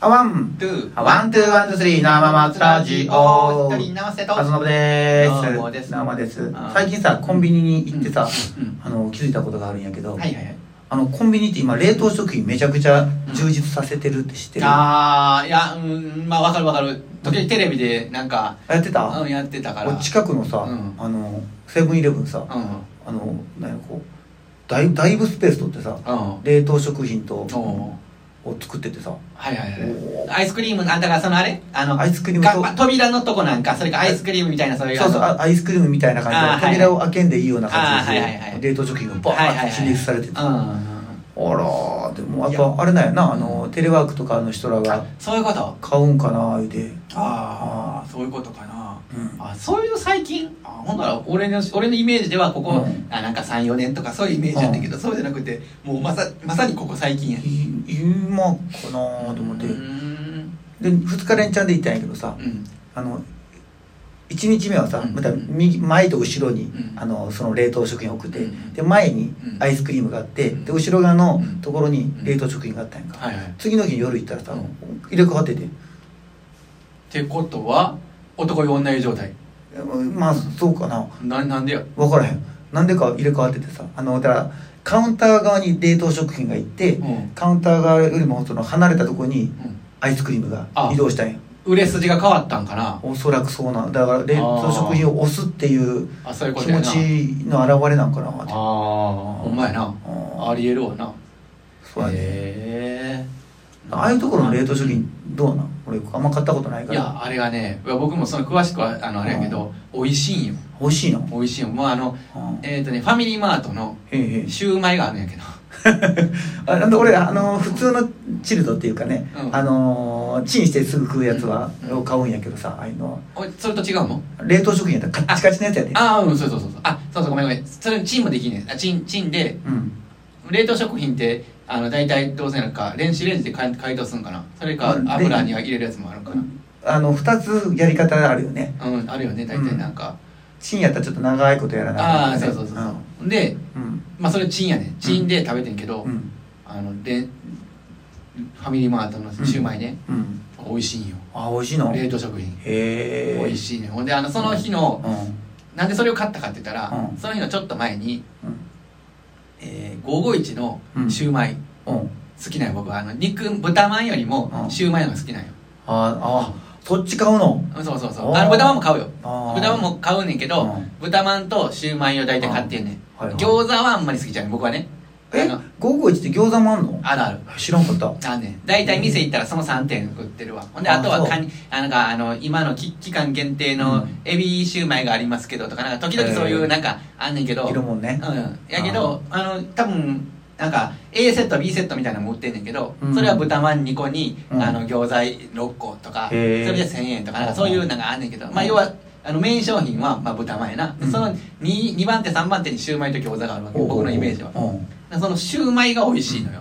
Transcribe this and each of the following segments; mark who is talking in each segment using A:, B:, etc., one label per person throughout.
A: あワン、
B: トゥー
A: ワン、ツー、ワン、ツー、スリー、生松ラジオ。
B: 一人生瀬と
A: あずのぶで
B: どう
A: ー
B: も
A: す。
B: です
A: どうもです
B: あー
A: 最近さ、コンビニに行ってさ、
B: うんうん
A: あの、気づいたことがあるんやけど、
B: はいはいはい
A: あの、コンビニって今、冷凍食品めちゃくちゃ充実させてるって知ってる、
B: ああいやうんまあわかるわかる時々テレビでなんか
A: やってた、
B: うんやってたから
A: 俺近くのさ、
B: うん
A: あの、セブンイレブンさ、
B: うんうん
A: あの、なんやこう、だいだいぶスペース取ってさ、冷凍食品と、
B: おー
A: を作っててさ、
B: はいはい
A: お
B: はいアイスクリームあんたがそのあれあの
A: アイスクリームと
B: が扉のとこなんかそれかアイスクリームみたいなそういう
A: そうそうあアイスクリームみたいな感じで
B: あー
A: 扉を開けんでいいような感じ
B: あーはいはいは
A: で
B: い
A: 冷凍食品が
B: あの
A: バ
B: は
A: ー
B: いはい
A: ッ
B: は
A: と
B: い
A: 陳列されてて
B: う
A: あ
B: ん
A: らーでもやっぱあれなんやなあのテレワークとかの人らが
B: そういうこと
A: 買うんかな言うて
B: ああそういうことかな
A: うん
B: あそういうの最近あほんなら俺の俺のイメージではここ、
A: うん
B: あなんか34年とかそういうイメージなんだけど、そうじゃなくてもうまさまさにここ最近や
A: い今かなと思って
B: うーん
A: で2日連チャンで行ったんやけどさ
B: うん
A: あの1日目はさ
B: うん
A: また右前と後ろに
B: うん
A: あのその冷凍食品を送って
B: うん
A: で前に
B: うん
A: アイスクリームがあって
B: うん
A: で後ろ側の
B: うん
A: ところに冷凍食品があったんやんか
B: はいはいっ
A: 次の日夜行ったらさ、
B: うん
A: 入れ替わってて
B: てことは男湯女湯状態
A: まあそうかな
B: ななんでよ
A: 分からへんなんでか入れ替わっててさあのだからカウンター側に冷凍食品が行って、
B: うん
A: カウンター側よりもその離れたとこに
B: うん
A: アイスクリームが
B: あ
A: 移動したんや
B: 売れ筋が変わったんかな
A: おそらくそうなんだから冷凍食品を押すっていう
B: あそういうこ
A: 気
B: とや
A: 持ち
B: な
A: の表れなんかなって
B: ああほんまやな
A: あ
B: ありえるわな
A: そうやね
B: へえ
A: ああいうところの冷凍食品どうなん俺あんま買ったことないか
B: い
A: ら
B: やあれがねいや僕もその詳しくはあのあれやけど美味しいんよ
A: 美味しいな
B: 美味しいよもうあの
A: うん
B: えっ、とねファミリーマートの
A: へえへえ
B: シューマイがあるんやけど
A: あなんで俺あの普通のチルドっていうかね、
B: うん
A: あのチンしてすぐ食うやつは、
B: うん
A: を買うんやけどさああいうのは
B: おいそれと違うの
A: 冷凍食品やったらカッチカチのやつやで
B: ああうんそうそうそうそうあそうそうごめんごめんそれチンもできんねんあチンチンで
A: うん
B: 冷凍食品ってあの大体どうせなんか電子レンジで解解凍するんかなそれか
A: まあ
B: 油には入れるやつもあるんかな
A: あの2つやり方あるよね
B: うんあるよね大体なんか、
A: チンやったらちょっと長いことやらない
B: ああそうそうそうそう、で
A: うん
B: まあそれチンやねんチンで食べてんけど、
A: うん
B: あのでファミリーマートのシューマイね、
A: うん
B: 美味しいんよ
A: あ美味しいの
B: 冷
A: へ
B: 凍食品
A: え
B: 美味
A: い
B: しいねほんであのその日の、
A: うん
B: なんでそれを買ったかって言ったら、
A: うん
B: その日のちょっと前に、
A: うん
B: えー、551のシューマイ、
A: うん
B: 好きなんよ僕はあの肉豚まんより
A: う
B: も
A: ん
B: シューマイの方が好きなんよ、
A: ああそっち買うの
B: うん、そうそうそ
A: お
B: う
A: ー
B: あの豚まんも買うよ
A: あー
B: 豚まんも買うねんけど、
A: うん
B: 豚まんとシューマイを大体買ってんねん、
A: はいはい
B: 餃子はあんまり好きじゃない僕はね
A: え
B: あの
A: 551って餃子もあんの
B: あるある
A: 知らんかった
B: あんねん大体店行ったらその3点売ってるわほんで
A: あー
B: あとは
A: そう
B: カニあなんかあの今の期期間限定
A: う
B: の
A: ん
B: エビシューマイがありますけどとかなんか時々そうい
A: へー
B: うなんかあんねんけど、
A: いるもんね
B: うん、やけどあの多分なんか A セット B セットみたいなのも売ってんねんけど、
A: うん
B: それは豚まん2個に、
A: うん
B: あの餃子6個とかそ
A: へー
B: れで1000円とかなんかそういうのがあんねんけど、まあ
A: うん
B: 要はあのメイン商品は、まあ、豚まんやな、で
A: うん
B: その 2, 2番手3番手にシューマイと餃子があるわけ僕のイメージはだか
A: うん
B: らそのシューマイが美味しいのよ、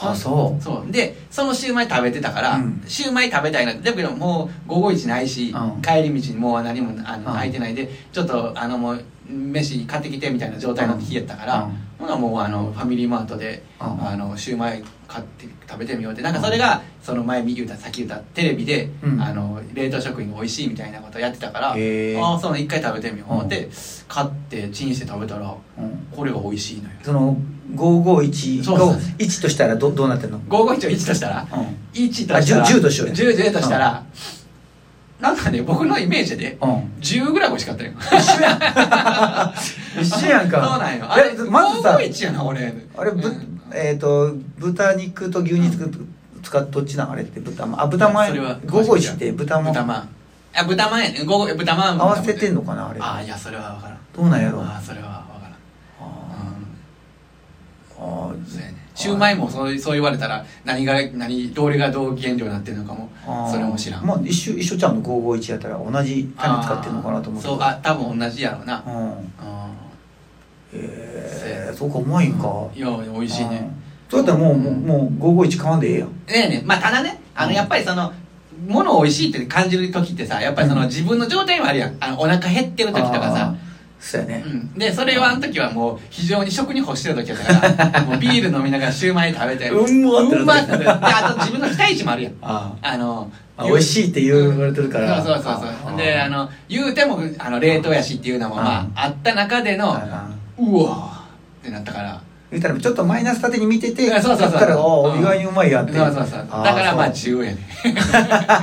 A: あそう
B: そうでそのシューマイ食べてたから、
A: うん
B: シューマイ食べたいなだけどもう午後一ないし、
A: うん
B: 帰り道にもう何もあ
A: ん
B: の空いてないで、ちょっとあのもう飯買ってきてみたいな状態の日やったから、
A: うん
B: ほなもうあのファミリーマートで、
A: うん
B: あのシューマイ買って食べてみようってなんかそれが、その前右言うた先言うたテレビで、
A: うん
B: あの冷凍食品が美味しいみたいなことやってたからあ
A: へー
B: あその一回食べてみよう、
A: うん
B: で買ってチンして食べたら
A: うん
B: これが美味しいのよ
A: その551
B: そうそ
A: と
B: うそう
A: 1としたらどどうなってんの
B: 午後一を1としたら
A: う
B: 1とした
A: あ
B: ら
A: 10 10としようよ
B: 10 10としたら、なんかね僕のイメージで
A: んうん
B: 10ぐらい美味しかったよ
A: 一緒やん 一緒やんか
B: そうなんよあれ
A: えまずさ
B: 551やな俺
A: あれぶ、
B: うん
A: えっ、と豚肉と牛肉使っどっちなんあれって豚まんあ豚まん
B: それは
A: 551って豚まん
B: 豚まんあ豚まんやね午後豚まん
A: 合わせてん
B: の
A: のかなあれ
B: あいやそれは分からん
A: どうなんやろ
B: あそれは分からん
A: あ
B: う
A: ーあー
B: んそうやねシューマイもそうそう言われたら何が何どれがどう原料になってるのかも
A: あー
B: それも知らん
A: まあ、一緒一緒ちゃんの551やったら同じ種使ってんのかなと思って
B: あーそうあ多分同じやろうな
A: うん
B: う
A: えー、そうかうまいんか
B: んいや美味しいね
A: あーそうやったらもう、もう
B: うん
A: もう551買わんでええやん
B: ねえねえまあただねあ
A: う
B: の
A: ん
B: やっぱりその物を美味しいって感じる時ってさやっぱりその自分の状態もあるやんあのお腹減ってる時とか
A: あ
B: さ
A: ーそうやね、
B: うん、でそれはあの時はもう非常に食に欲してる時やったから もうビール飲みながらシューマイ食べて
A: うんまっ
B: っ
A: な
B: て
A: る
B: うんまってなるであと自分の期待値もあるやん
A: あ
B: あの
A: あ、まあ、美味しいって言われてるから、
B: そうそうそうそうであの言うてもあの冷凍やしっていうのもまあ
A: うん
B: あった中での
A: はいはいう
B: わーってなったから
A: 言ったらちょっとマイナス縦に見てて
B: あそうそうそう
A: だったらあ
B: う
A: あ
B: ん
A: 意外にうまいやんって
B: そうそうそうだからまあ10円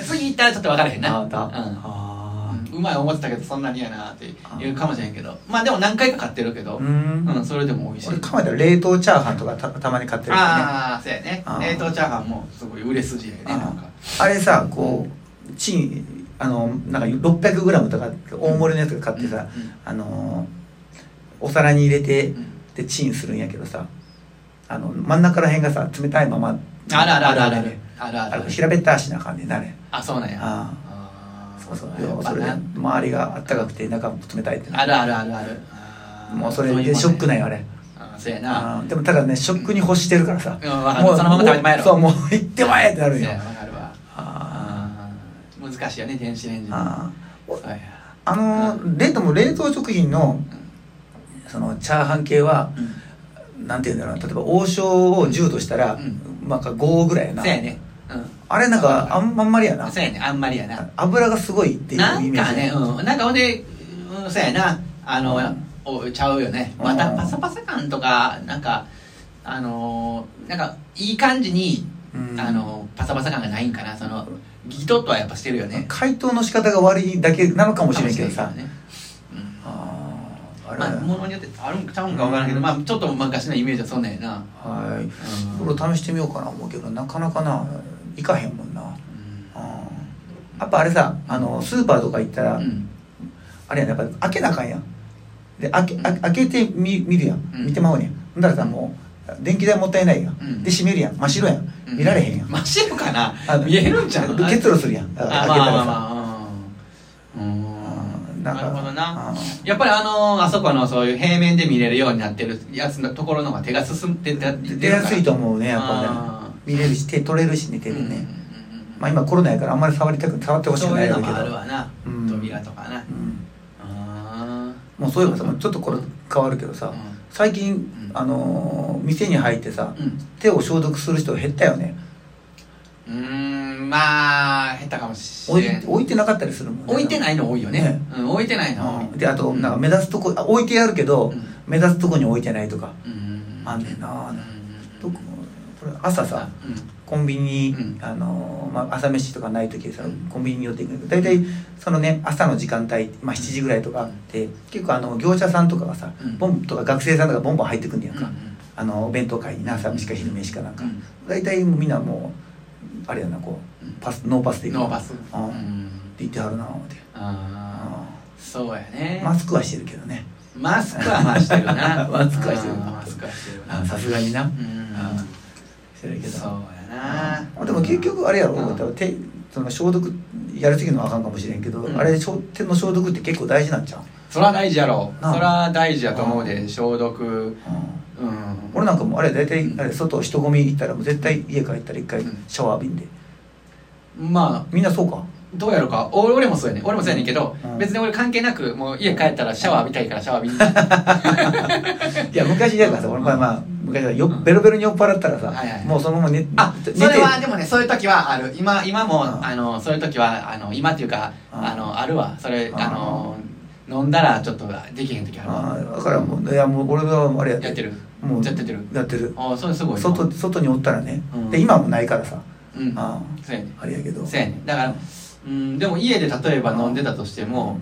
B: 次行ったらちょっと分からへんな
A: あだ
B: うん
A: あ
B: うんうまい思ってたけどそんなにやなって言うかもしれんけどまあでも何回か買ってるけど
A: う
B: うんんそれでも美味しい
A: 俺考えたら冷凍チャーハンとかたたまに買ってるよねあ
B: ああそうやね
A: あー
B: 冷凍チャーハンもすごい売れ筋やねなんか
A: れさこうチンあのなんか 600g とか大盛りのやつとか買ってさ、
B: うんうん
A: あのーお皿に入れて
B: うん
A: でチンするんやけどさあの真ん中らへんがさ冷たいまま
B: あるあるあるある
A: あ
B: あ
A: る
B: るあるあ
A: あ
B: る
A: れ平べったらしな感じになれ
B: あそうなんや
A: あ
B: あー
A: そうそう
B: やっぱ
A: それで
B: な
A: 周りがあったかくて中も冷たいってな
B: あるあるあるあるあー
A: もうそ
B: い
A: れ
B: もんね
A: でショックなんよあれ
B: あーそうやな
A: あーでもただねショックに欲してるからさ
B: うんわかるそのまま食べてまえろ
A: そうもう行ってまえってな
B: そ
A: る
B: うん
A: よ
B: やわかるわ
A: あ
B: あー難しいよね電子レン
A: ー
B: ジの
A: あー
B: そうや
A: あのー冷凍も冷凍食品のそのチャーハン系は
B: うん
A: なんて言うんだろうな例えば王将を10としたら、
B: うん
A: なんか5ぐらいやな
B: そうやねうん
A: あれなんかあんあんまりやな
B: そうやねあんまりやな
A: 油がすごいっていう
B: な
A: イ
B: ん
A: メー
B: か
A: ジ
B: ねうんなんかほんでうんそうやなあの
A: うん
B: おちゃうよね
A: うん
B: またパサパサ感とかなんかあのーなんかいい感じに
A: うん
B: あのパサパサ感がないんかなそのギトッとはやっぱしてるよね
A: 解凍の仕方が悪いだけなのかもしれんけどさ
B: かもしれんけどねう
A: あ
B: ん
A: ーあれ、
B: まあ、ものによってあるんちゃうんか分からんけど、まあ、ちょっと昔のイメージはそんなんやな。
A: はい
B: うん
A: 俺試してみようかな思うけどなかなかないかへんもんな
B: うん
A: うんやっぱあれさあのスーパーとか行ったら、
B: うん
A: あれやなやっぱ開けなあかんやんで開け
B: うん
A: あ開けてみ見るやん、
B: うん
A: 見てまうねんほんだらさもう電気代もったいないやん、
B: うん
A: で閉めるやん真っ白やん、
B: うん
A: 見られへんやん、
B: 真っ白かな
A: あの
B: 見えるんちゃう
A: で結露するやんだ
B: あ、
A: から開
B: まあ
A: けたら
B: まあ
A: さ、
B: まあうんう
A: うん
B: ん
A: だ
B: な
A: か
B: る
A: ら
B: ほどな
A: うん
B: やっぱりあのあそこのそういう平面で見れるようになってるやつのところの方が手が進んで出
A: で出やすいと思うねやっぱ
B: あ
A: ね見れるし手取れるしね手
B: うん
A: で
B: うんうんうん
A: ね、まあ今コロナやからあんまり触りたく触ってほしく
B: そう
A: ないいうだ
B: の
A: ろう
B: も
A: け
B: あ
A: ど
B: るわな、
A: うん
B: 扉とかな、
A: うん
B: あ
A: もうそういえばさちょっとこれ変わるけどさ、
B: あ
A: 最近、
B: ん
A: あのー店に入ってさ、
B: うん
A: 手を消毒する人減ったよね
B: うーんまあ減ったかもし
A: 置い
B: れん
A: 置いてなかったりするもんね
B: 置いてないの多いよね
A: ね
B: うん、置いてないの多い
A: であと
B: うん
A: なんか目立つとこあ置いてやるけど、
B: うん
A: 目立つとこに置いてないとか
B: うん
A: あんねんな
B: うん
A: どここれ朝さコンビニ、
B: うん
A: あのーまあ、朝飯とかない時さ
B: うん
A: コンビニに寄っていくんだけど大体そのね朝の時間帯、まあ、7時ぐらいとかって、結構あの業者さんとかがさ、
B: うん
A: ボンとか学生さんとかボンボン入ってくんねやん
B: うん
A: か、あのお弁当会にな朝飯か昼飯かなんか、
B: うん
A: 大体もうみんなもうあれやなこ
B: うん
A: うパスノーパスで行く
B: ノーパス
A: あ
B: う
A: って
B: ん
A: 言ってはるな思って、あ
B: あーそうやね
A: ーマスクはしてるけどね
B: マスクはまあしてるな
A: マスクはしてる
B: あーマスクはしてるな
A: あーさすがにな
B: うん
A: あしてるけど
B: そうや
A: あ
B: な
A: でも結局あれやろ、
B: うん
A: 手その消毒やりすぎるのはあかんかもしれんけど、
B: うん
A: あれ消手の消毒って結構大事なんちゃう、
B: そら大事やろそ
A: なあ
B: ら大事やと思うで消毒
A: うん
B: うん
A: 俺なんかもうあれ大体、
B: うん
A: あれ外人混み行ったらもう絶対家帰ったら一回
B: うん
A: シャワー浴びんで
B: まあ
A: みんなそうか
B: どうやろうかお俺もそうやね俺もそうやねんけど、
A: うん
B: 別に俺関係なくもう家帰ったらシャワー浴びたいからシャワー浴びたい
A: いや昔だからさ俺まあまあ昔はよ、
B: うん
A: ベロベロに酔っ払ったらさ、
B: はいはい
A: もうそのまま寝
B: あ
A: 寝て
B: それはでもねそういう時はある今今も、
A: うん
B: あのそういう時はあの今っていうか、
A: うん
B: あのあるわそれ、
A: うん
B: あの飲んだらちょっとできへん時あるわ
A: あーだからもういやもう俺はあれや
B: やってる
A: もう
B: やってる
A: やってる
B: ああそれすごいな
A: 外外におったらね、
B: うん
A: で今はもうないからさ、
B: うん
A: あ
B: そうやね
A: ーあれやけど
B: そうやねだからうんでも家で例えば飲んでたとしても、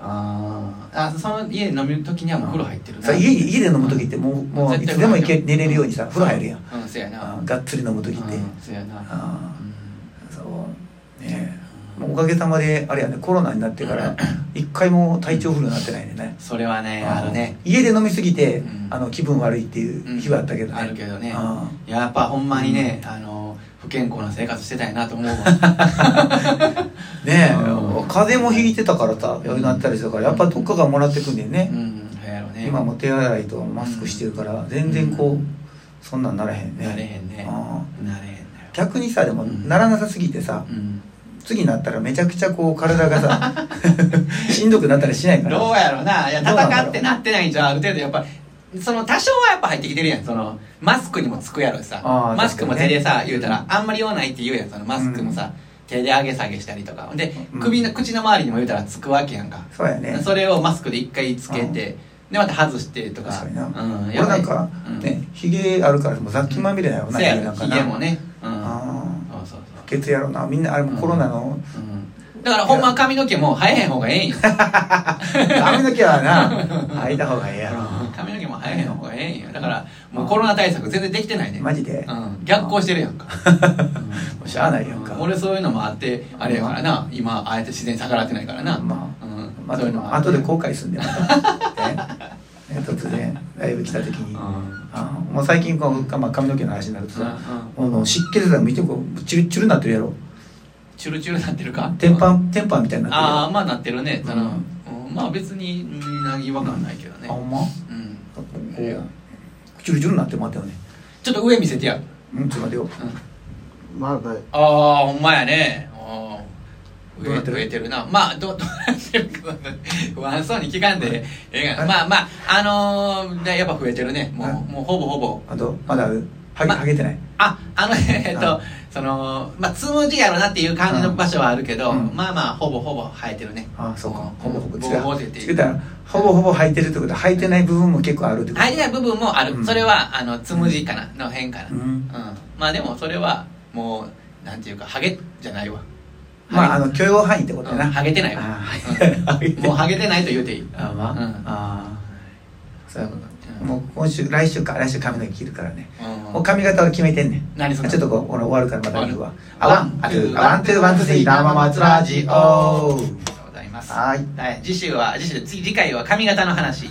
B: あーあその家で飲む時にはもう風呂入ってるな
A: さ家に家で飲む時ってもうもうい
B: 絶対
A: つでも行
B: 風
A: け
B: 呂入っ
A: 寝
B: て
A: れるようにさ風呂入るやん
B: うんそうやな
A: あーがっつり飲む時って
B: うんそうやな
A: あ
B: う
A: ーそうねえもうおかげさまであれやねコロナになって から一回も体調不良になってないねね
B: んそれはねあるね
A: 家で飲みすぎて、
B: うん
A: あの気分悪いっていう日はあったけどね、
B: うんあるけどね
A: あ
B: やっぱほんまにね、あの不健康な生活してたいな と思うわ
A: ーねえ、
B: うん
A: 風邪もひいてたからさなったりしたからやっぱどっかがもらってくんだよね
B: う、んそうやろね
A: 今も手洗いとマスクしてるから全然こう、そんなんならへんね
B: なれへんね
A: あ
B: なれへんだよ
A: ー逆にさでもならなさすぎてさ
B: うん
A: 次になったらめちゃくちゃこう体が さしんどくなったりしないから
B: どうやろうないや
A: どうなんだろう
B: 戦ってなってないんじゃうある程度やっぱりその多少はやっぱ入ってきてるやんそのマスクにもつくやろさ
A: あー
B: マスクも手でさ、
A: 確かにね
B: 言うたらあんまり用ないって言うやんそのマスクもさ、手で上げ下げしたりとかで
A: うん
B: 首の口の周りにも言うたらつくわけやんか、
A: そうやね
B: それをマスクで一回つけてでまた外してとか
A: 確かにな
B: うん、
A: 俺なんか
B: うん
A: ねひげあるからもう雑菌まみれだよな
B: そうや
A: 家な
B: ろ
A: んか
B: ひ
A: な
B: げもねうん
A: ああ
B: そうそうそう
A: ケツやろうなみんなあれもコロナ の
B: うんだからほんま髪の毛も生えへん方がええんよ
A: 髪の毛はな開いた方がええやろ
B: 髪の毛も生えへん方がええんよだからもうコロナ対策全然できてないね
A: マジで
B: うん、逆行してるやんか、
A: もうしゃあないやんか
B: うん俺そういうのもあってあれやからな今あえて自然に逆らってないからな、
A: ま
B: うん
A: あ
B: そういうのも
A: あ
B: あって
A: とで後悔すんでまた ねね突然ライブ来た時に
B: うん
A: あもう最近こう、まあ、髪の毛の話になるとさ、
B: う
A: あの湿気でさ見てこうチュルチュルなってるやろ
B: チュルチュルなってるか
A: 天パン天パンみたいになってるやろ
B: ああまあなってるねただ、
A: う
B: うん
A: ん
B: まあ別にうんな違和感ないけどね
A: あほんま
B: うん
A: こうチュルチュルになって待ってよね
B: ちょっと上見せてや、うん、
A: うんちょっと待てよ
C: まだ
B: ああほんまやねあー
A: どう
B: 植
A: な
B: え
A: って
B: て
A: る
B: 植えてるなまあど どうなってるか不安そうに聞かんでええがな
A: はい
B: まあまああのーねやっぱ増えてるねもう
A: はい
B: もうほぼほぼ
A: あとまだあるはげ
B: ま
A: はげてない
B: ああのねえっ
A: は
B: とそのまあつむじやろなっていう感じの場所はあるけど、
A: うん
B: まあまあほぼほぼ生えてるね
A: あそうかほ
B: うん
A: ぼほぼ
B: ぼ
A: 違う
B: ぼぼ出て
A: 違うたらほぼほぼ履いてるってことは履いてない部分も結構あるってこと
B: 生えてない部分もある、
A: うん
B: それはあのつむじかな、の辺かな、
A: う
B: うんんまあでもそれはもうなんていうかハゲじゃないわ
A: まああ
B: の
A: の許容範囲ってことやな
B: ハゲてないわ
A: あ
B: うん
A: ー
B: もうハゲてないと言うていい。
A: あまあ、
B: うん
A: あーそういうこ
B: う
A: と
B: ん
A: もう今週来週か来週髪の毛切るからねも
B: う。
A: うん髪型は決めてんねん
B: 何そ
A: あ
B: れ
A: ちょっとこう俺終わるからまた言うわあ
B: ワ
A: ワ
B: ン
A: ン、あツー、あワン、ツー、ワン、ツー、スリー、生松ラジオ
B: ありがとう
A: は
B: ございます。
A: ーい
B: はい。次週は、次週、次次回は髪型の話。